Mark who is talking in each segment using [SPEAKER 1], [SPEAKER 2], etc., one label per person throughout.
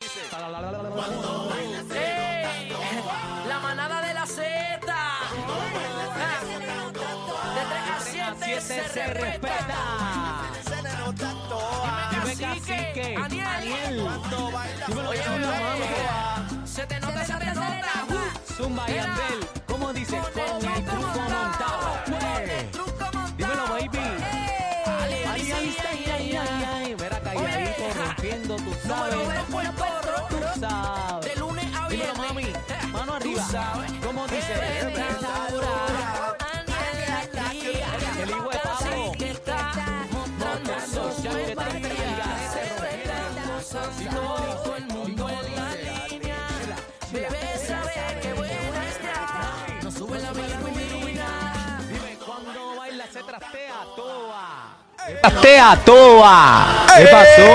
[SPEAKER 1] ¡Ey! La manada de la Z. De 3 a 7 se, respeta. Dime cacique, Aniel. Oye, mi amor, Se te nota, se te nota.
[SPEAKER 2] Zumba y
[SPEAKER 1] Mira.
[SPEAKER 2] Andel, ¿cómo dices? Con el truco montado. Eh, Dímelo, baby. Ay, ay, ay, ay, ay, ay. Mira, calladito,
[SPEAKER 1] Oye.
[SPEAKER 2] rompiendo, tú sabes.
[SPEAKER 1] Número uno en Puerto
[SPEAKER 2] Tú
[SPEAKER 1] Rico,
[SPEAKER 2] sabes.
[SPEAKER 1] de lunes a
[SPEAKER 2] Dímelo,
[SPEAKER 1] viernes.
[SPEAKER 2] mami.
[SPEAKER 1] Eh,
[SPEAKER 2] Mano
[SPEAKER 1] tú
[SPEAKER 2] arriba.
[SPEAKER 1] sabes.
[SPEAKER 2] ¿Cómo
[SPEAKER 1] Eh,
[SPEAKER 2] dices?
[SPEAKER 1] eh, Laura, Aniel, aquí.
[SPEAKER 2] El hijo de Pablo.
[SPEAKER 1] Cacique está mostrando su
[SPEAKER 2] ya que te
[SPEAKER 1] valía.
[SPEAKER 2] diga.
[SPEAKER 1] Se respetamos a todo el mundo en la línea. Bebé sabe que buena está. No sube la bilirrubina.
[SPEAKER 2] Dime cuando baila se trastea toa. Trastea toa. ¿Qué pasó?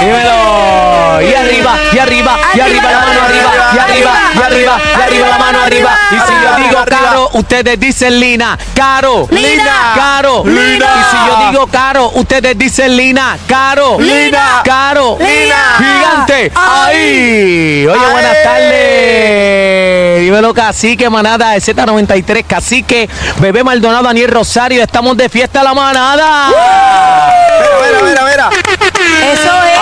[SPEAKER 2] Dímelo. Y arriba, y arriba, y arriba la mano arriba, y arriba, y arriba, y arriba la mano arriba. Y si yo digo caro, ustedes dicen Lina, caro, Lina, caro, Lina. Y si yo digo caro, ustedes dicen Lina, caro, Lina, caro, Lina, gigante, ahí. Oye, buenas tardes. Dímelo, cacique, manada de Z93, cacique, bebé Maldonado, Daniel Rosario, estamos de fiesta la manada.
[SPEAKER 3] Mira, mira, mira.
[SPEAKER 4] Eso es.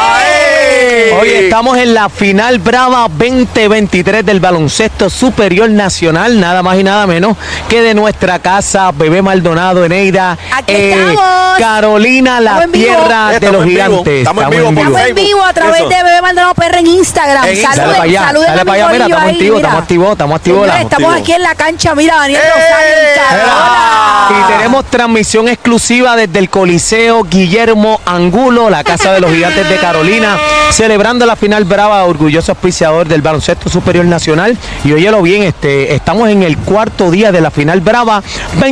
[SPEAKER 2] Hoy estamos en la final Brava 2023 del baloncesto superior nacional, nada más y nada menos que de nuestra casa, Bebé Maldonado, Eneida, eh,
[SPEAKER 4] Aquí estamos.
[SPEAKER 2] Carolina, la
[SPEAKER 4] Estamos en vivo.
[SPEAKER 2] tierra de
[SPEAKER 3] Estamos
[SPEAKER 2] los
[SPEAKER 3] en vivo,
[SPEAKER 2] gigantes.
[SPEAKER 3] estamos en vivo por
[SPEAKER 4] Estamos en
[SPEAKER 3] Facebook,
[SPEAKER 4] vivo a través
[SPEAKER 3] eso.
[SPEAKER 4] de Bebé Maldonado PR en Instagram.
[SPEAKER 3] En Instagram.
[SPEAKER 2] Dale para allá,
[SPEAKER 4] saluden
[SPEAKER 2] dale
[SPEAKER 4] a mi
[SPEAKER 2] para allá, mira,
[SPEAKER 4] corillo
[SPEAKER 2] estamos
[SPEAKER 4] ahí,
[SPEAKER 2] activos,
[SPEAKER 4] mira.
[SPEAKER 2] estamos activos, estamos activos,
[SPEAKER 4] Señores,
[SPEAKER 2] estamos
[SPEAKER 4] Estamos
[SPEAKER 3] activos.
[SPEAKER 4] aquí en la cancha, mira, Daniel Rosario
[SPEAKER 3] ¡Eh!
[SPEAKER 4] en Carolina.
[SPEAKER 2] Y tenemos transmisión exclusiva desde el Coliseo Guillermo Angulo, la casa de los gigantes de Carolina, celebrando la final brava, orgulloso auspiciador del baloncesto superior nacional. Y óyelo bien, este, estamos en el cuarto día de la final brava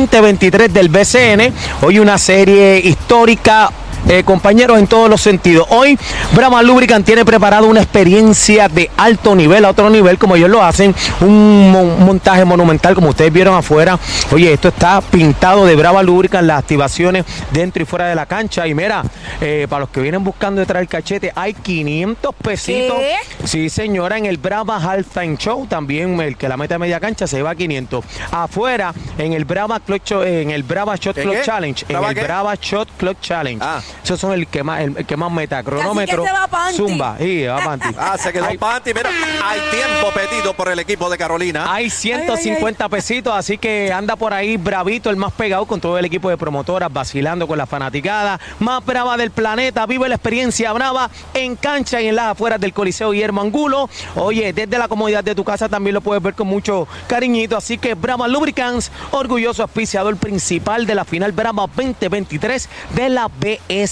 [SPEAKER 2] 2023 del BCN. Hoy una serie histórica. eh, compañeros en todos los sentidos. Hoy Brahma Lubricant tiene preparado una experiencia de alto nivel, a otro nivel, como ellos lo hacen, un mon- montaje monumental como ustedes vieron afuera. Oye, esto está pintado de Brava Lubricant, las activaciones dentro y fuera de la cancha. Y mira, eh, para los que vienen buscando detrás del cachete, hay 500 pesitos.
[SPEAKER 4] ¿Qué?
[SPEAKER 2] Sí, señora, en el Brava Halftime Show también el que la meta a media cancha se va a 500. Afuera, en el Brava, Clutch Show- en el Brava Shot
[SPEAKER 3] ¿En
[SPEAKER 2] Clock
[SPEAKER 3] qué?
[SPEAKER 2] Challenge, en
[SPEAKER 3] ¿Brava
[SPEAKER 2] el
[SPEAKER 3] qué?
[SPEAKER 2] Brava Shot Clock Challenge.
[SPEAKER 3] Ah.
[SPEAKER 2] Esos son el que más, el, el que más meta, cronómetro,
[SPEAKER 4] se va panty.
[SPEAKER 2] zumba, y va panty.
[SPEAKER 3] Ah, se quedó
[SPEAKER 2] Hay-
[SPEAKER 3] Panty. Mira, hay tiempo pedido por el equipo de Carolina.
[SPEAKER 2] Hay 150 pesitos, así que anda por ahí bravito, el más pegado con todo el equipo de promotoras, vacilando con la fanaticada, más brava del planeta, vive la experiencia brava en cancha y en las afueras del Coliseo Guillermo Angulo. Oye, desde la comodidad de tu casa también lo puedes ver con mucho cariñito, así que Brava Lubricants, orgulloso auspiciador principal de la final Brava 2023 de la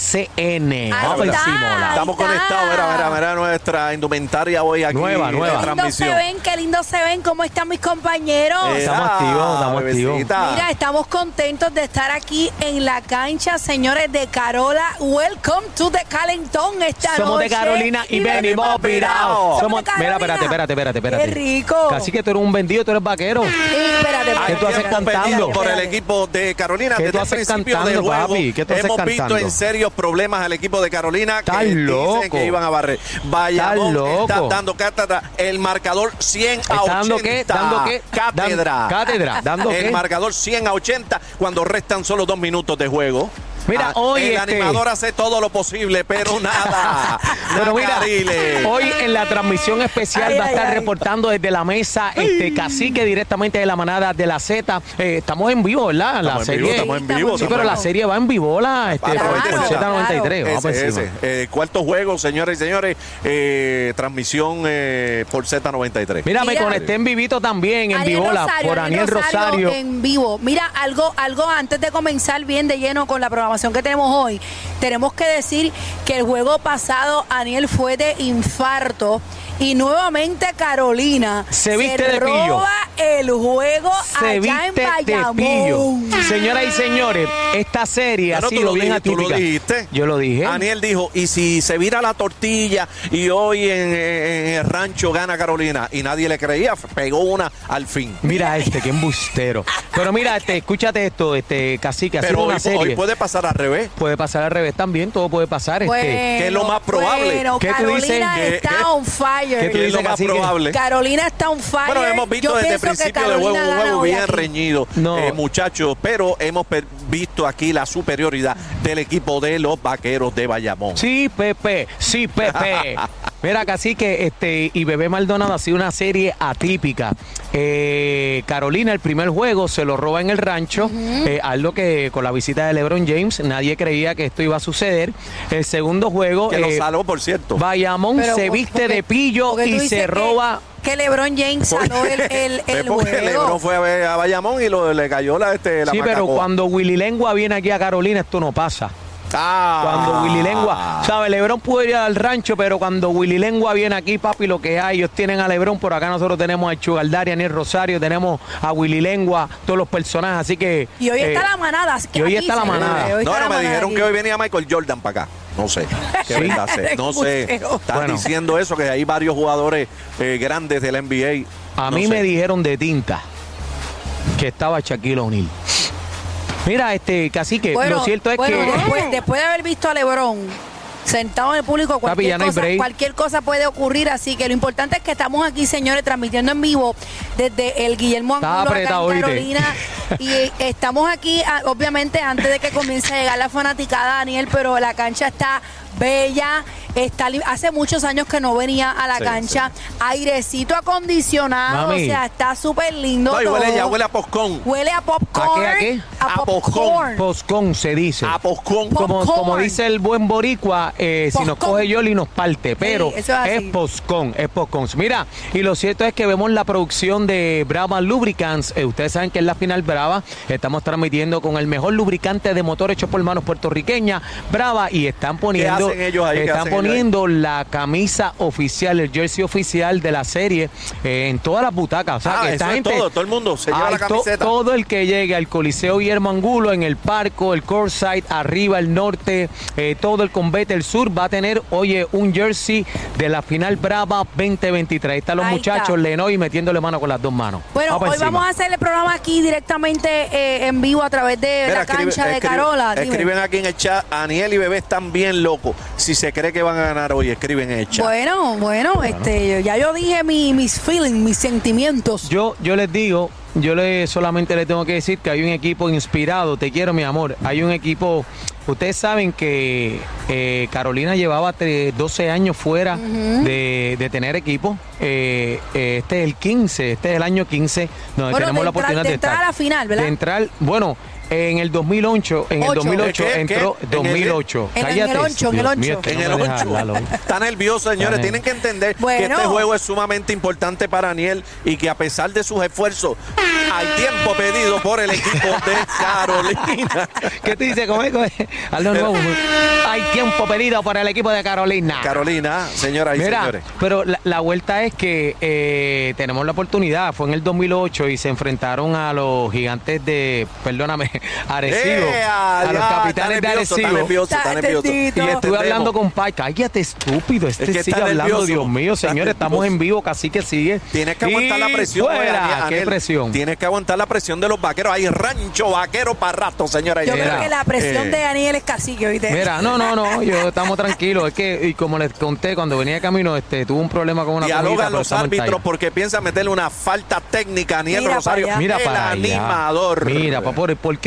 [SPEAKER 2] BSN. Vamos
[SPEAKER 4] está.
[SPEAKER 2] encima, hola.
[SPEAKER 3] Estamos
[SPEAKER 4] Ahí está.
[SPEAKER 3] conectados. Mira, mira, mira nuestra indumentaria hoy aquí.
[SPEAKER 2] Nueva,
[SPEAKER 3] de
[SPEAKER 4] Qué
[SPEAKER 2] nueva.
[SPEAKER 4] lindo se
[SPEAKER 3] Transmisión.
[SPEAKER 4] ven, qué lindo se ven, cómo están mis compañeros.
[SPEAKER 3] Eh,
[SPEAKER 2] Estamos
[SPEAKER 3] ah,
[SPEAKER 2] activos, estamos activos.
[SPEAKER 3] bebecita.
[SPEAKER 2] Ah.
[SPEAKER 4] Mira, estamos contentos de estar aquí en la cancha, señores de Carola. Welcome to the Calentón esta
[SPEAKER 2] Somos de
[SPEAKER 4] noche.
[SPEAKER 2] Carolina y, venimos
[SPEAKER 3] virados.
[SPEAKER 2] pirados. Somos,
[SPEAKER 4] de
[SPEAKER 2] mira,
[SPEAKER 4] Carolina.
[SPEAKER 2] espérate, espérate, espérate, espérate.
[SPEAKER 4] Qué rico.
[SPEAKER 2] Casi que tú eres un vendido, tú eres vaquero.
[SPEAKER 4] Sí, espérate,
[SPEAKER 3] Hay
[SPEAKER 2] ¿Qué tú haces
[SPEAKER 3] tiempo
[SPEAKER 2] cantando?
[SPEAKER 3] pedido Por el
[SPEAKER 4] Espérate.
[SPEAKER 3] equipo de
[SPEAKER 2] ¿Qué
[SPEAKER 3] Carolina,
[SPEAKER 2] tú
[SPEAKER 3] desde el
[SPEAKER 2] haces
[SPEAKER 3] principio del
[SPEAKER 2] cantando,
[SPEAKER 3] juego
[SPEAKER 2] papi? ¿Qué tú haces
[SPEAKER 3] hemos visto
[SPEAKER 2] cantando?
[SPEAKER 3] en serios problemas al equipo de Carolina
[SPEAKER 2] Estás
[SPEAKER 3] que dicen
[SPEAKER 2] loco.
[SPEAKER 3] que iban a barrer. Bayamón está
[SPEAKER 2] loco.
[SPEAKER 3] dando cátedra, el marcador 100 a
[SPEAKER 2] ¿Está
[SPEAKER 3] 80.
[SPEAKER 2] dando qué? ¿Dando qué?
[SPEAKER 3] Cátedra.
[SPEAKER 2] Dan- cátedra. ¿Dando
[SPEAKER 3] el
[SPEAKER 2] qué?
[SPEAKER 3] marcador 100 a 80 cuando restan solo dos minutos de juego. Ah,
[SPEAKER 2] Mira, hoy,
[SPEAKER 3] el
[SPEAKER 2] este-
[SPEAKER 3] animador hace todo lo posible, pero nada.
[SPEAKER 2] Pero mira,
[SPEAKER 3] Nacarile.
[SPEAKER 2] hoy en la transmisión especial
[SPEAKER 4] Ay,
[SPEAKER 2] va a
[SPEAKER 4] ay,
[SPEAKER 2] estar
[SPEAKER 4] ay.
[SPEAKER 2] reportando desde la mesa este cacique directamente de la manada de la Z. Eh, estamos en vivo, ¿verdad? La
[SPEAKER 3] Estamos en
[SPEAKER 2] serie.
[SPEAKER 3] vivo, estamos en vivo,
[SPEAKER 2] Sí,
[SPEAKER 3] estamos
[SPEAKER 2] pero
[SPEAKER 3] en
[SPEAKER 2] la
[SPEAKER 3] vivo.
[SPEAKER 2] serie va en vivola este,
[SPEAKER 3] Claro,
[SPEAKER 2] por,
[SPEAKER 3] claro.
[SPEAKER 2] Z93. Vamos por
[SPEAKER 3] Ese,
[SPEAKER 2] encima.
[SPEAKER 3] ese. Eh, cuarto juego, señores y señores. eh, transmisión eh, por Z93.
[SPEAKER 2] Mira, me
[SPEAKER 4] Mira.
[SPEAKER 2] conecté en vivito también, en
[SPEAKER 4] Aniel
[SPEAKER 2] vivola, por Aniel Rosario.
[SPEAKER 4] En vivo. Mira, algo, algo antes de comenzar bien de lleno con la programación información que tenemos hoy, tenemos que decir que el juego pasado, Aniel, fue de infarto. Y nuevamente Carolina
[SPEAKER 2] Se viste de pillo.
[SPEAKER 4] roba el juego
[SPEAKER 2] Se
[SPEAKER 4] allá en
[SPEAKER 2] viste de pillo.
[SPEAKER 4] Bayamón.
[SPEAKER 2] Señoras y señores, esta serie
[SPEAKER 3] Ya
[SPEAKER 2] ha
[SPEAKER 3] no, tú
[SPEAKER 2] sido
[SPEAKER 3] lo,
[SPEAKER 2] bien
[SPEAKER 3] dijiste, tú lo
[SPEAKER 2] atípica.
[SPEAKER 3] dijiste.
[SPEAKER 2] Yo lo dije.
[SPEAKER 3] Daniel dijo, y si se vira la tortilla y hoy en, en el rancho gana Carolina y nadie le creía, pegó una al fin.
[SPEAKER 2] Mira este, qué embustero. Pero mira este, escúchate esto, este cacique, ha sido
[SPEAKER 3] Pero hoy,
[SPEAKER 2] una serie.
[SPEAKER 3] hoy puede pasar al revés.
[SPEAKER 2] Puede pasar al revés también, todo puede pasar.
[SPEAKER 4] Pues,
[SPEAKER 2] este.
[SPEAKER 3] que es lo más probable.
[SPEAKER 4] Bueno,
[SPEAKER 2] ¿Qué tú dices?
[SPEAKER 4] Carolina
[SPEAKER 3] ¿Qué-
[SPEAKER 4] está
[SPEAKER 3] qué-
[SPEAKER 4] on fire.
[SPEAKER 2] qué tú
[SPEAKER 3] Que es
[SPEAKER 2] dices,
[SPEAKER 3] lo más
[SPEAKER 2] cacique?
[SPEAKER 3] probable.
[SPEAKER 4] Carolina está on fire.
[SPEAKER 3] Bueno, hemos visto
[SPEAKER 4] Yo
[SPEAKER 3] desde el
[SPEAKER 4] pienso que
[SPEAKER 3] principio de
[SPEAKER 4] Carolina
[SPEAKER 3] juego un
[SPEAKER 4] gana
[SPEAKER 3] juego
[SPEAKER 4] hoy
[SPEAKER 3] bien
[SPEAKER 4] aquí.
[SPEAKER 3] reñido,
[SPEAKER 2] No.
[SPEAKER 3] eh, muchachos, pero hemos per- visto aquí la superioridad del equipo de los vaqueros de Bayamón.
[SPEAKER 2] Sí, Pepe, sí, Pepe. Mira, cacique, este, y Bebé Maldonado ha sido una serie atípica. Eh, Carolina, el primer juego, se lo roba en el rancho. eh, algo que con la visita de LeBron James, nadie creía que esto iba a suceder. El segundo juego,
[SPEAKER 3] Que lo
[SPEAKER 2] eh,
[SPEAKER 3] saló, por cierto.
[SPEAKER 2] Bayamón
[SPEAKER 4] Pero
[SPEAKER 2] se
[SPEAKER 4] por-
[SPEAKER 2] viste
[SPEAKER 4] porque-
[SPEAKER 2] de pillo
[SPEAKER 4] porque tú
[SPEAKER 2] y
[SPEAKER 4] dices
[SPEAKER 2] se
[SPEAKER 4] que-
[SPEAKER 2] roba.
[SPEAKER 4] Que, LeBron James saló el, el,
[SPEAKER 3] Fue
[SPEAKER 4] el
[SPEAKER 3] porque Lebron
[SPEAKER 4] juego.
[SPEAKER 3] fue a, ver a Bayamón y lo, le cayó la, este, la
[SPEAKER 2] sí, pero
[SPEAKER 3] macacoa.
[SPEAKER 2] cuando Willy Lengua viene aquí a Carolina, esto no pasa.
[SPEAKER 3] Ah.
[SPEAKER 2] Cuando Willy Lengua, ¿sabe? Lebron pudo ir al rancho, pero cuando Willy Lengua viene aquí, papi, lo que hay, ellos tienen a Lebron, por acá nosotros tenemos a Chugaldari, a Niel Rosario, tenemos a Willy Lengua, todos los personajes, así que...
[SPEAKER 4] Y hoy
[SPEAKER 2] eh,
[SPEAKER 4] está la manada. así que
[SPEAKER 2] y hoy
[SPEAKER 4] aquí
[SPEAKER 2] está la
[SPEAKER 4] se ve,
[SPEAKER 2] manada.
[SPEAKER 4] hoy está
[SPEAKER 3] No,
[SPEAKER 4] la
[SPEAKER 3] no, me
[SPEAKER 4] manada
[SPEAKER 3] dijeron
[SPEAKER 4] aquí.
[SPEAKER 3] que hoy venía Michael Jordan para acá. No sé.
[SPEAKER 4] Sí.
[SPEAKER 3] Qué verdad sé. No sé.
[SPEAKER 4] Escucheo.
[SPEAKER 3] Están
[SPEAKER 2] Bueno.
[SPEAKER 3] diciendo eso, que hay varios jugadores eh, grandes del NBA.
[SPEAKER 2] A
[SPEAKER 3] No
[SPEAKER 2] mí
[SPEAKER 3] sé.
[SPEAKER 2] me dijeron de tinta que estaba Shaquille O'Neal. Mira, este, cacique,
[SPEAKER 4] Bueno,
[SPEAKER 2] lo cierto es
[SPEAKER 4] bueno,
[SPEAKER 2] que...
[SPEAKER 4] después, después de haber visto a LeBron sentado en el público, cualquier,
[SPEAKER 2] ya no hay
[SPEAKER 4] cosa,
[SPEAKER 2] break.
[SPEAKER 4] cualquier cosa puede ocurrir. Así que lo importante es que estamos aquí, señores, transmitiendo en vivo desde el Guillermo
[SPEAKER 2] Está
[SPEAKER 4] Angulo, acá en
[SPEAKER 2] apretado, ¿oíste?
[SPEAKER 4] Carolina. Y eh, estamos aquí, ah, obviamente, antes de que comience a llegar la fanaticada, Daniel, pero la cancha está bella. Está li- hace muchos años que no venía a la
[SPEAKER 3] Sí,
[SPEAKER 4] cancha. Airecito acondicionado,
[SPEAKER 2] Mami.
[SPEAKER 4] o sea, está súper lindo.
[SPEAKER 3] No, y huele
[SPEAKER 4] todo.
[SPEAKER 3] ya, huele a poscón.
[SPEAKER 4] Huele a popcorn.
[SPEAKER 2] ¿A qué, a qué?
[SPEAKER 3] A popcorn.
[SPEAKER 4] popcorn.
[SPEAKER 2] Poscón se dice.
[SPEAKER 3] A poscón.
[SPEAKER 4] Po-
[SPEAKER 2] como,
[SPEAKER 4] Popcorn.
[SPEAKER 2] como dice el buen boricua, eh, si nos
[SPEAKER 4] Poscón.
[SPEAKER 2] coge Yoli nos parte, pero
[SPEAKER 4] eso es
[SPEAKER 2] es,
[SPEAKER 4] así.
[SPEAKER 2] poscon, es poscon. Mira, y lo cierto es que vemos la producción de Brava Lubricants. Eh, ustedes saben que es la final Brava. Estamos transmitiendo con el mejor lubricante de motor hecho por manos puertorriqueñas, Brava, y están poniendo,
[SPEAKER 3] hacen ellos ahí? ¿Qué
[SPEAKER 2] están
[SPEAKER 3] hacen ellos ahí?
[SPEAKER 2] poniendo la camisa oficial, el jersey oficial de la serie eh, en todas las butacas. O sea,
[SPEAKER 3] Ah,
[SPEAKER 2] que esta
[SPEAKER 3] eso es
[SPEAKER 2] gente-
[SPEAKER 3] todo, todo el mundo se lleva
[SPEAKER 2] Ay,
[SPEAKER 3] la
[SPEAKER 2] to-
[SPEAKER 3] camiseta.
[SPEAKER 2] todo el que llegue al Coliseo Guillermo Angulo, en el Parco, el Courtside, arriba, el norte, eh, todo el Convete, el sur, va a tener, oye, un jersey de la final Brava 2023. Ahí están los
[SPEAKER 4] Ahí
[SPEAKER 2] muchachos,
[SPEAKER 4] está.
[SPEAKER 2] Lenoy, metiéndole mano con las dos manos.
[SPEAKER 4] Bueno,
[SPEAKER 2] pa'
[SPEAKER 4] hoy
[SPEAKER 2] encima.
[SPEAKER 4] vamos a hacer el programa aquí directamente eh, en vivo a través de
[SPEAKER 3] Mira,
[SPEAKER 4] la
[SPEAKER 3] escribe-
[SPEAKER 4] cancha de
[SPEAKER 3] escribe-
[SPEAKER 4] Carola. Dime.
[SPEAKER 3] Escriben aquí en el chat, Aniel y Bebé están bien locos. Si se cree que van a ganar hoy, escriben en el chat.
[SPEAKER 4] Bueno, bueno, este, ya yo dije mi- mis feelings, mis sentimientos.
[SPEAKER 2] Yo, yo les digo, yo le, solamente les tengo que decir que hay un equipo inspirado, te quiero mi amor, hay un equipo, ustedes saben que eh, Carolina llevaba tre- 12 años fuera de, de tener equipo, Eh, eh, este es el 15, este es el año 15 donde
[SPEAKER 4] Bueno,
[SPEAKER 2] tenemos
[SPEAKER 4] de
[SPEAKER 2] la
[SPEAKER 4] entrar-
[SPEAKER 2] oportunidad
[SPEAKER 4] de
[SPEAKER 2] de,
[SPEAKER 4] entrar a la final, ¿verdad?
[SPEAKER 2] De entrar, bueno, en el 2008, en
[SPEAKER 4] Ocho.
[SPEAKER 2] el 2008
[SPEAKER 3] ¿Qué, qué?
[SPEAKER 2] entró,
[SPEAKER 3] ¿En el-
[SPEAKER 2] 2008,
[SPEAKER 4] en el
[SPEAKER 2] cállate.
[SPEAKER 4] ocho, en el
[SPEAKER 2] Dios
[SPEAKER 4] ocho.
[SPEAKER 2] mío, este
[SPEAKER 3] En
[SPEAKER 2] no
[SPEAKER 3] el
[SPEAKER 2] me deja
[SPEAKER 3] 8.
[SPEAKER 2] hablar hoy.
[SPEAKER 3] Está nervioso, señores.
[SPEAKER 2] Está
[SPEAKER 3] Tienen que entender que
[SPEAKER 4] Bueno.
[SPEAKER 3] este juego es sumamente importante para Aniel y que a pesar de sus esfuerzos, hay tiempo pedido por el equipo de Carolina.
[SPEAKER 2] ¿Qué te dice? ¿Cómo es? ¿Cómo es? Hazlo de nuevo. Hay tiempo pedido para el equipo de Carolina.
[SPEAKER 3] Carolina, señoras y
[SPEAKER 2] Mira,
[SPEAKER 3] señores.
[SPEAKER 2] pero la, la vuelta es que eh, tenemos la oportunidad. Fue en el 2008 y se enfrentaron a los gigantes de, perdóname, Arecibo.
[SPEAKER 3] ¡Eh,
[SPEAKER 2] a los
[SPEAKER 3] ya!
[SPEAKER 2] capitanes de
[SPEAKER 3] está nervioso, está
[SPEAKER 2] Arecibo.
[SPEAKER 3] nervioso, está
[SPEAKER 4] Está
[SPEAKER 3] nervioso.
[SPEAKER 4] tentito.
[SPEAKER 2] Y
[SPEAKER 4] No,
[SPEAKER 2] estuve
[SPEAKER 3] entendemos.
[SPEAKER 2] hablando con Pai. Cállate, estúpido. Este
[SPEAKER 3] Es que está
[SPEAKER 2] sigue hablando,
[SPEAKER 3] nervioso.
[SPEAKER 2] Dios mío,
[SPEAKER 3] Está
[SPEAKER 2] señores. Estamos
[SPEAKER 3] nervioso.
[SPEAKER 2] en vivo, casi que sigue.
[SPEAKER 3] Tienes que aguantar
[SPEAKER 2] Y
[SPEAKER 3] la presión. oye,
[SPEAKER 2] fuera.
[SPEAKER 3] Aniel,
[SPEAKER 2] ¿Qué
[SPEAKER 3] Aniel,
[SPEAKER 2] presión?
[SPEAKER 3] Tienes que aguantar la presión de los vaqueros. Hay rancho vaquero para rato, señoras y
[SPEAKER 4] Yo
[SPEAKER 3] señores.
[SPEAKER 4] creo que la presión
[SPEAKER 3] Eh,
[SPEAKER 4] de Daniel es cacique, ¿oíste?
[SPEAKER 2] Mira, no, no, no, yo estamos tranquilos. Es que, y como les conté, cuando venía de camino, este, tuve un problema con una cojita,
[SPEAKER 3] Dialogan
[SPEAKER 2] pero
[SPEAKER 3] los
[SPEAKER 2] estamos en
[SPEAKER 3] árbitros
[SPEAKER 2] talla.
[SPEAKER 3] porque piensa meterle una falta técnica a Aniel
[SPEAKER 4] Mira para
[SPEAKER 3] Rosario.
[SPEAKER 4] allá.
[SPEAKER 2] Mira
[SPEAKER 3] el
[SPEAKER 2] para allá.
[SPEAKER 3] animador.
[SPEAKER 2] Mira, papá, ¿por qué?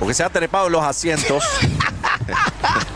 [SPEAKER 3] Porque se ha trepado en los asientos.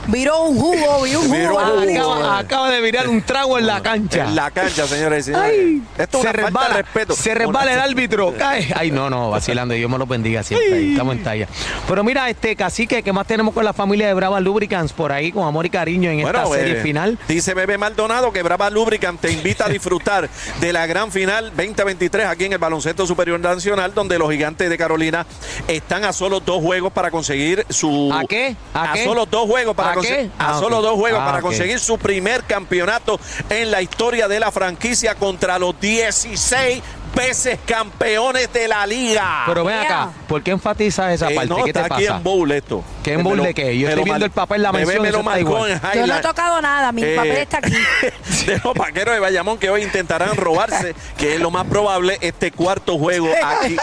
[SPEAKER 4] Viró un jugo, vi un jugo.
[SPEAKER 3] Viró un
[SPEAKER 4] Ah,
[SPEAKER 3] jugo.
[SPEAKER 4] digo,
[SPEAKER 3] bueno.
[SPEAKER 2] Acaba, acaba de virar un trago en la cancha.
[SPEAKER 3] En la cancha, señores y señores.
[SPEAKER 2] Ay,
[SPEAKER 3] Esto es
[SPEAKER 2] se
[SPEAKER 3] una falta
[SPEAKER 2] resbala,
[SPEAKER 3] de respeto.
[SPEAKER 2] se resbala
[SPEAKER 3] Una-
[SPEAKER 2] el árbitro. Cae. Ay, no, no, vacilando. Dios me los bendiga siempre. ahí, Estamos en talla. Pero mira, este cacique, que más tenemos con la familia de Brava Lubricants por ahí, con amor y cariño en esta
[SPEAKER 3] eh,
[SPEAKER 2] serie final?
[SPEAKER 3] Dice Bebé Maldonado que Brava Lubricant te invita a disfrutar de la gran final 2023 aquí en el Baloncesto Superior Nacional, donde los gigantes de Carolina están a solo dos juegos para conseguir su.
[SPEAKER 2] ¿A qué? ¿A
[SPEAKER 3] ¿A,
[SPEAKER 2] qué?
[SPEAKER 3] solo dos juegos para
[SPEAKER 2] ¿A
[SPEAKER 3] conse-
[SPEAKER 2] qué?
[SPEAKER 3] a
[SPEAKER 2] Ah,
[SPEAKER 3] solo
[SPEAKER 2] ok.
[SPEAKER 3] dos juegos
[SPEAKER 2] Ah,
[SPEAKER 3] para
[SPEAKER 2] ok.
[SPEAKER 3] conseguir su primer campeonato en la historia de la franquicia contra los 16 veces campeones de la liga.
[SPEAKER 2] Pero ven
[SPEAKER 4] Ah, yeah.
[SPEAKER 2] acá, ¿por qué enfatizas esa
[SPEAKER 3] Eh,
[SPEAKER 2] parte?
[SPEAKER 3] no,
[SPEAKER 2] ¿Qué te
[SPEAKER 3] está aquí
[SPEAKER 2] pasa?
[SPEAKER 3] en bowl esto.
[SPEAKER 2] ¿Qué en bowl
[SPEAKER 3] Me lo-
[SPEAKER 2] de qué? Yo estoy
[SPEAKER 3] me lo
[SPEAKER 2] viendo
[SPEAKER 3] mal-
[SPEAKER 2] el papel, la
[SPEAKER 3] Bebé
[SPEAKER 2] mención,
[SPEAKER 3] me
[SPEAKER 2] eso
[SPEAKER 3] lo
[SPEAKER 2] está
[SPEAKER 3] marcó
[SPEAKER 2] igual.
[SPEAKER 3] en
[SPEAKER 4] Yo no he
[SPEAKER 3] highlight.
[SPEAKER 4] tocado nada, mi
[SPEAKER 3] Eh,
[SPEAKER 4] papel está aquí.
[SPEAKER 3] de los vaqueros de Bayamón que hoy intentarán robarse, que es lo más probable, este cuarto juego aquí.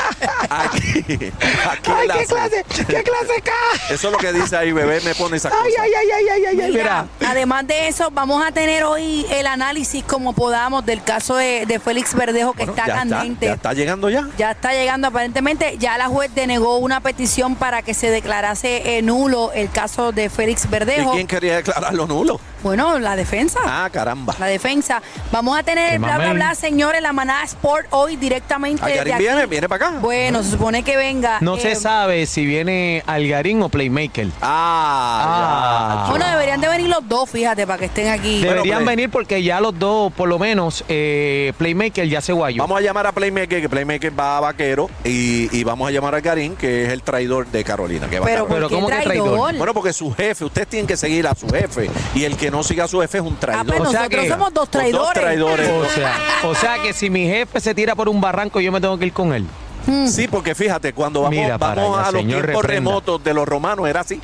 [SPEAKER 3] Aquí. aquí en la sala.
[SPEAKER 2] ¡Qué clase
[SPEAKER 3] Eso es lo que dice ahí, bebé, me pone esa cosa.
[SPEAKER 2] ay, ay, ay, ay,
[SPEAKER 4] Mira, además de eso, vamos a tener hoy el análisis como podamos del caso de, de Félix Verdejo que está
[SPEAKER 3] ya, está,
[SPEAKER 4] candente.
[SPEAKER 3] ya está llegando ya.
[SPEAKER 4] Ya está llegando, aparentemente ya la juez denegó una petición para que se declarase eh, nulo el caso de Félix
[SPEAKER 3] ¿Y
[SPEAKER 4] Verdejo.
[SPEAKER 3] quién quería declararlo nulo?
[SPEAKER 4] Bueno, la defensa.
[SPEAKER 3] Ah, caramba.
[SPEAKER 4] La defensa. Vamos a tener el bla, bla,
[SPEAKER 2] Mamey.
[SPEAKER 4] bla, señores, la manada Sport hoy directamente
[SPEAKER 3] Ah,
[SPEAKER 4] desde
[SPEAKER 3] Karim
[SPEAKER 4] aquí.
[SPEAKER 3] viene, viene para acá.
[SPEAKER 4] Bueno, se supone que venga.
[SPEAKER 2] No
[SPEAKER 4] eh,
[SPEAKER 2] se sabe si viene Algarín o Playmaker.
[SPEAKER 3] Ah,
[SPEAKER 2] Ah.
[SPEAKER 3] ya.
[SPEAKER 4] Bueno, deberían de venir los dos, fíjate, para que estén aquí.
[SPEAKER 3] Bueno, pues.
[SPEAKER 2] Deberían
[SPEAKER 3] Play-
[SPEAKER 2] venir porque ya los dos, por lo menos, eh, Playmaker ya se guayó.
[SPEAKER 3] Vamos a llamar a Playmaker, que Playmaker va a vaquero. Y, y vamos a llamar a Karim, que es el traidor de Carolina. Que va a
[SPEAKER 4] pero,
[SPEAKER 3] Carolina.
[SPEAKER 2] Pero
[SPEAKER 4] ¿por qué
[SPEAKER 2] ¿cómo que traidor?
[SPEAKER 3] Bueno, porque su jefe, ustedes tienen que seguir a su jefe. Y el que no siga a su jefe es un
[SPEAKER 4] Ah,
[SPEAKER 3] traidor.
[SPEAKER 4] pues
[SPEAKER 2] O sea
[SPEAKER 4] nosotros
[SPEAKER 2] que-
[SPEAKER 4] somos dos traidores.
[SPEAKER 3] Dos traidores.
[SPEAKER 2] O sea, o sea que si mi jefe se tira por un barranco, yo me tengo que ir con él.
[SPEAKER 3] Sí, porque fíjate, cuando vamos,
[SPEAKER 2] Mm. Mira para
[SPEAKER 3] vamos
[SPEAKER 2] allá,
[SPEAKER 3] a los
[SPEAKER 2] señor,
[SPEAKER 3] tiempos
[SPEAKER 2] reprenda.
[SPEAKER 3] remotos de los romanos, era así.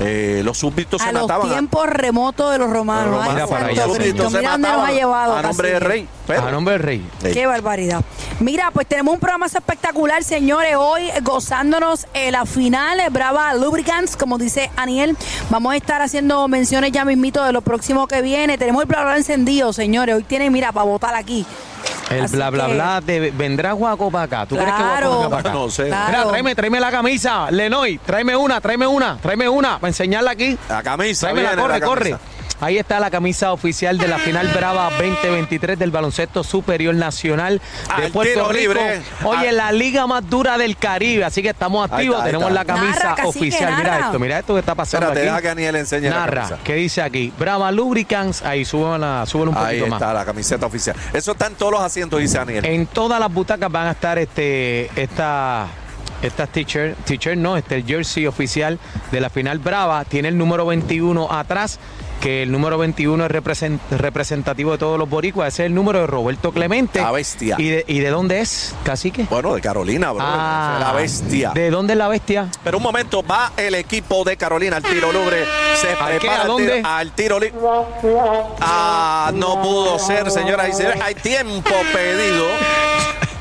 [SPEAKER 3] Eh, los súbditos
[SPEAKER 4] A
[SPEAKER 3] se
[SPEAKER 4] los
[SPEAKER 3] mataban. a-
[SPEAKER 4] tiempos remotos de los
[SPEAKER 3] los
[SPEAKER 4] romanos.
[SPEAKER 3] romanos,
[SPEAKER 4] Ay,
[SPEAKER 2] Mira para
[SPEAKER 4] santo
[SPEAKER 2] allá,
[SPEAKER 3] los
[SPEAKER 4] Cristo,
[SPEAKER 2] señor.
[SPEAKER 3] súbditos se
[SPEAKER 4] mira dónde nos
[SPEAKER 3] mataban
[SPEAKER 4] ha llevado.
[SPEAKER 3] A nombre del
[SPEAKER 4] cacique.
[SPEAKER 3] rey. Pero-
[SPEAKER 2] A nombre del rey.
[SPEAKER 3] Ey.
[SPEAKER 4] Qué barbaridad. Mira, pues tenemos un programa espectacular, señores. Hoy eh, gozándonos eh, la final, eh, Brava Lubricants, como dice Aniel. Vamos a estar haciendo menciones ya mismito de lo próximo que viene. Tenemos el bla bla, bla encendido, señores. Hoy tiene, mira, para votar aquí.
[SPEAKER 2] El
[SPEAKER 4] Así
[SPEAKER 2] bla, bla,
[SPEAKER 4] que-
[SPEAKER 2] bla. de- vendrá Guaco para acá. ¿Tú crees que
[SPEAKER 4] Claro.
[SPEAKER 2] Guaco venga para acá?
[SPEAKER 3] No sé.
[SPEAKER 2] Mira,
[SPEAKER 4] Claro.
[SPEAKER 2] tráeme, tráeme la camisa, Lenoy. Tráeme una, tráeme una, tráeme una para enseñarla aquí.
[SPEAKER 3] La camisa,
[SPEAKER 2] Tráemela,
[SPEAKER 3] viene
[SPEAKER 2] corre,
[SPEAKER 3] la
[SPEAKER 2] corre.
[SPEAKER 3] camisa.
[SPEAKER 2] Ahí está la camisa oficial de la final Brava 2023 del Baloncesto Superior Nacional de
[SPEAKER 3] Al
[SPEAKER 2] Puerto
[SPEAKER 3] tiro
[SPEAKER 2] Rico.
[SPEAKER 3] libre.
[SPEAKER 2] Oye,
[SPEAKER 3] Al-
[SPEAKER 2] la liga más dura del Caribe, así que estamos
[SPEAKER 3] Ahí
[SPEAKER 2] activos.
[SPEAKER 3] está, ahí
[SPEAKER 2] Tenemos
[SPEAKER 3] está.
[SPEAKER 2] la camisa
[SPEAKER 4] Narra, cacique,
[SPEAKER 2] oficial. Mira
[SPEAKER 4] narra.
[SPEAKER 2] esto, mira esto que está pasando
[SPEAKER 3] Espérate,
[SPEAKER 2] aquí.
[SPEAKER 3] deja que Aniel enseñe la
[SPEAKER 2] Narra,
[SPEAKER 3] camisa.
[SPEAKER 2] ¿qué dice aquí? Brava Lubricants, ahí súbela, súbela un
[SPEAKER 3] Ahí
[SPEAKER 2] poquito
[SPEAKER 3] está
[SPEAKER 2] más. Eh.
[SPEAKER 3] la camiseta oficial. Eso está en todos los asientos, dice Aniel.
[SPEAKER 2] En todas las butacas van a estar este esta estas teacher, teacher no, este el jersey oficial de la final Brava tiene el número 21 atrás, que el número 21 es represent- representativo de todos los boricuas, ese es el número de Roberto Clemente.
[SPEAKER 3] La bestia.
[SPEAKER 2] ¿Y de, y de dónde es, cacique?
[SPEAKER 3] Bueno, de Carolina, bro.
[SPEAKER 2] Ah,
[SPEAKER 3] la bestia.
[SPEAKER 2] ¿De dónde es la bestia?
[SPEAKER 3] Pero un momento, va el equipo de Carolina al tiro libre. Se
[SPEAKER 2] ¿A qué?
[SPEAKER 3] prepara
[SPEAKER 2] ¿A
[SPEAKER 3] al
[SPEAKER 2] dónde?
[SPEAKER 3] tiro- al tiro libre. Ah, no pudo ser, señoras y señores. Hay tiempo pedido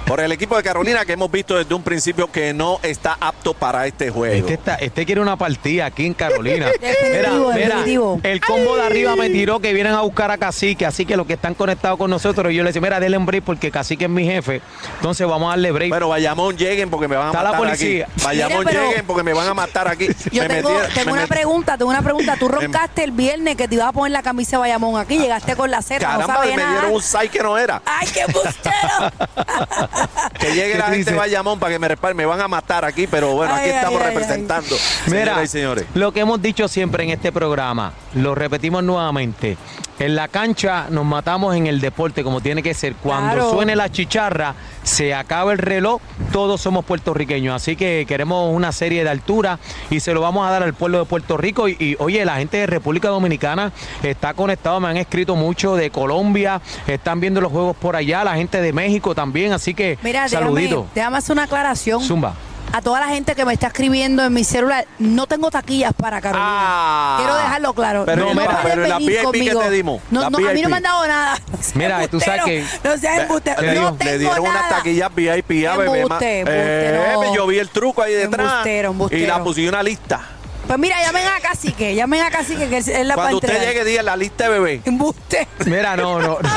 [SPEAKER 3] por el equipo de Carolina que hemos visto desde un principio que no está apto para este juego.
[SPEAKER 2] Este, está- este quiere una partida aquí en Carolina.
[SPEAKER 4] Definitivo, definitivo.
[SPEAKER 2] el combo de arriba me tiró que vienen a buscar a Cacique, así que los que están conectados con nosotros, yo les decía, mira, denle un break porque Cacique es mi jefe, entonces vamos a darle break.
[SPEAKER 3] Bueno, Bayamón lleguen porque me van a
[SPEAKER 2] Está la
[SPEAKER 3] matar
[SPEAKER 2] policía.
[SPEAKER 3] aquí. Bayamón
[SPEAKER 4] Mire, pero-
[SPEAKER 3] lleguen porque me van a matar aquí.
[SPEAKER 4] Yo
[SPEAKER 3] Me
[SPEAKER 4] tengo,
[SPEAKER 3] metieron-
[SPEAKER 4] tengo
[SPEAKER 3] me Em.
[SPEAKER 4] una
[SPEAKER 3] met-
[SPEAKER 4] pregunta, tengo una pregunta. Tú roncaste el viernes que te ibas a poner la camisa de Bayamón aquí, llegaste con la Z, no
[SPEAKER 3] Caramba,
[SPEAKER 4] sabía
[SPEAKER 3] me
[SPEAKER 4] nada. Ah.
[SPEAKER 3] dieron un sai que no era.
[SPEAKER 4] ¡Ay, qué bustero!
[SPEAKER 3] Que llegue
[SPEAKER 2] Qué
[SPEAKER 3] la gente
[SPEAKER 2] triste.
[SPEAKER 3] de Bayamón para que me respalden. Me van a matar aquí, pero bueno, aquí
[SPEAKER 4] Ay, ay,
[SPEAKER 3] estamos
[SPEAKER 4] ay, ay.
[SPEAKER 3] representando.
[SPEAKER 2] Mira,
[SPEAKER 3] señoras y señores.
[SPEAKER 2] lo que hemos dicho siempre en este programa, lo repetimos nuevamente. En la cancha nos matamos en el deporte como tiene que ser. Cuando
[SPEAKER 4] Claro.
[SPEAKER 2] suene la chicharra, se acaba el reloj, todos somos puertorriqueños. Así que queremos una serie de altura y se lo vamos a dar al pueblo de Puerto Rico. Y, y, oye, la gente de República Dominicana está conectada, me han escrito mucho de Colombia, están viendo los juegos por allá, la gente de México también. Así que
[SPEAKER 4] Mira, déjame,
[SPEAKER 2] saludito.
[SPEAKER 4] déjame hacer una aclaración.
[SPEAKER 2] Zumba.
[SPEAKER 4] A toda la gente que me está escribiendo en mi celular, no tengo taquillas para Carolina.
[SPEAKER 3] Ah.
[SPEAKER 4] Quiero dejarlo claro.
[SPEAKER 3] Pero
[SPEAKER 4] no,
[SPEAKER 2] mira,
[SPEAKER 4] pueden
[SPEAKER 3] pero la
[SPEAKER 4] venir
[SPEAKER 3] VIP que
[SPEAKER 4] conmigo.
[SPEAKER 3] te dimos,
[SPEAKER 4] No,
[SPEAKER 3] la
[SPEAKER 4] no, a mí
[SPEAKER 3] VIP.
[SPEAKER 4] no me han dado nada. No seas
[SPEAKER 2] Mira, tú sabes
[SPEAKER 4] embustero,
[SPEAKER 2] que-
[SPEAKER 4] No seas embustero.
[SPEAKER 3] Le,
[SPEAKER 4] No
[SPEAKER 3] dio-
[SPEAKER 4] tengo
[SPEAKER 3] le dieron
[SPEAKER 4] nada.
[SPEAKER 3] unas taquillas VIP a bebé. ma-
[SPEAKER 4] Embuste, embustero.
[SPEAKER 3] Eh, yo vi el truco ahí detrás.
[SPEAKER 4] Embustero, embustero.
[SPEAKER 3] Y la pusieron una lista.
[SPEAKER 4] Pues mira, llamen a Cacique. Llamen a Cacique que él- él la va a
[SPEAKER 3] Cuando usted
[SPEAKER 4] entregar.
[SPEAKER 3] llegue, diga la lista de bebé.
[SPEAKER 4] Embuste.
[SPEAKER 2] Mira, no, no. no.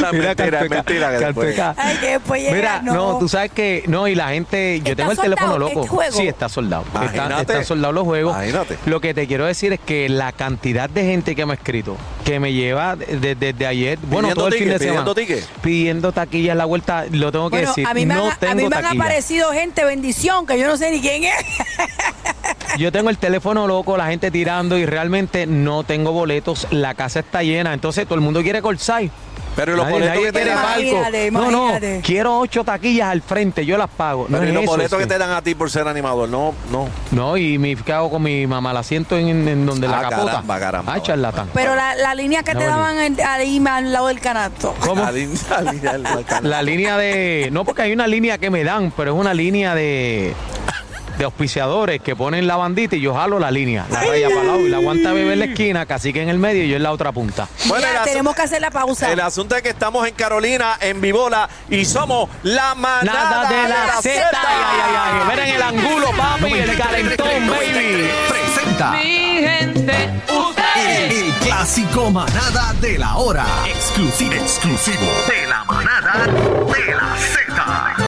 [SPEAKER 3] No, es mentira, es
[SPEAKER 2] Carpeca,
[SPEAKER 3] mentira que después-
[SPEAKER 2] Carpeca.
[SPEAKER 4] Ay, que después Ah, llega,
[SPEAKER 2] Mira, no.
[SPEAKER 4] no.
[SPEAKER 2] tú sabes que no, y la gente, yo
[SPEAKER 4] ¿Está
[SPEAKER 2] tengo el
[SPEAKER 4] soldado
[SPEAKER 2] teléfono
[SPEAKER 4] este
[SPEAKER 2] loco.
[SPEAKER 4] juego?
[SPEAKER 2] Sí, está soldado. Está-
[SPEAKER 3] Imagínate.
[SPEAKER 2] Están soldados los juegos.
[SPEAKER 3] Imagínate.
[SPEAKER 2] Lo que te quiero decir es que la cantidad de gente que me ha escrito, que me lleva de- desde, ayer, bueno,
[SPEAKER 3] Pidiendo
[SPEAKER 2] todo el fin de
[SPEAKER 3] ticket,
[SPEAKER 2] semana,
[SPEAKER 3] pidiendo ticket.
[SPEAKER 2] pidiendo taquillas la vuelta, lo tengo que
[SPEAKER 4] Bueno,
[SPEAKER 2] decir.
[SPEAKER 4] a mí me,
[SPEAKER 2] no
[SPEAKER 4] han, a
[SPEAKER 2] tengo
[SPEAKER 4] mí me han
[SPEAKER 2] taquilla.
[SPEAKER 4] aparecido gente, bendición, que yo no sé ni quién es.
[SPEAKER 2] Yo tengo el teléfono loco, la gente tirando y realmente no tengo boletos, la casa está llena, entonces todo el mundo quiere Corsay.
[SPEAKER 3] Pero ¿y los
[SPEAKER 2] Nadie-
[SPEAKER 3] boletos
[SPEAKER 2] nadie
[SPEAKER 3] que te
[SPEAKER 2] quiere
[SPEAKER 3] dan?
[SPEAKER 2] palco.
[SPEAKER 4] Imagínate,
[SPEAKER 2] No, no,
[SPEAKER 4] imagínate.
[SPEAKER 2] quiero ocho taquillas al frente, yo las pago. No
[SPEAKER 3] Pero
[SPEAKER 2] es
[SPEAKER 3] y los
[SPEAKER 2] eso,
[SPEAKER 3] boletos
[SPEAKER 2] es
[SPEAKER 3] que
[SPEAKER 2] que-
[SPEAKER 3] te dan a ti por ser animador, no, no.
[SPEAKER 2] No, y mi, ¿qué hago con mi mamá? La siento en, en donde la
[SPEAKER 3] Ah,
[SPEAKER 2] capota.
[SPEAKER 3] caramba, caramba.
[SPEAKER 2] Ah, charlatán.
[SPEAKER 4] Pero la, la línea que
[SPEAKER 2] No,
[SPEAKER 4] te
[SPEAKER 2] bueno.
[SPEAKER 4] daban en- ahí más al lado del canasto.
[SPEAKER 2] ¿Cómo?
[SPEAKER 3] Alin- Alin- Alin- Alin-
[SPEAKER 2] La línea de... No, porque hay una línea que me dan, pero es una línea de... De auspiciadores que ponen la bandita y yo jalo la línea. La raya para el lado y la aguanta bebé en la esquina, cacique en el medio y yo en la otra punta.
[SPEAKER 3] Bueno,
[SPEAKER 4] Mira,
[SPEAKER 3] el asu-
[SPEAKER 4] tenemos que hacer la pausa.
[SPEAKER 3] El asunto es que estamos en Carolina, en Vibola, y somos la manada
[SPEAKER 2] Nada de la Z.
[SPEAKER 3] Zeta.
[SPEAKER 2] Ay, ay, ay, ay. Miren el angulo, papi, el calentón, baby.
[SPEAKER 5] Presenta el, el clásico manada de la hora. Exclusivo, exclusivo de la manada de la Z.